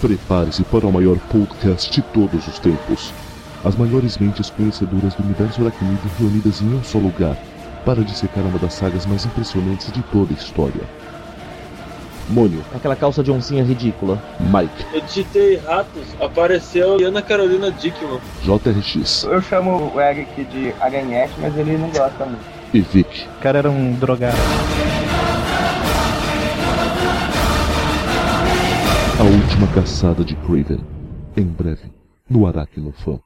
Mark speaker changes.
Speaker 1: Prepare-se para o maior podcast de todos os tempos. As maiores mentes conhecedoras do universo aracnídeo reunidas em um só lugar para dissecar uma das sagas mais impressionantes de toda a história. Mônio,
Speaker 2: Aquela calça de oncinha ridícula.
Speaker 1: Mike,
Speaker 3: Eu digitei ratos, apareceu Ana Carolina Dickman.
Speaker 1: JRX
Speaker 4: Eu chamo o Eric de Aranhete, mas ele não gosta muito.
Speaker 1: e Vic.
Speaker 5: O cara era um drogado.
Speaker 1: A última caçada de Craven. Em breve, no Aracnofan.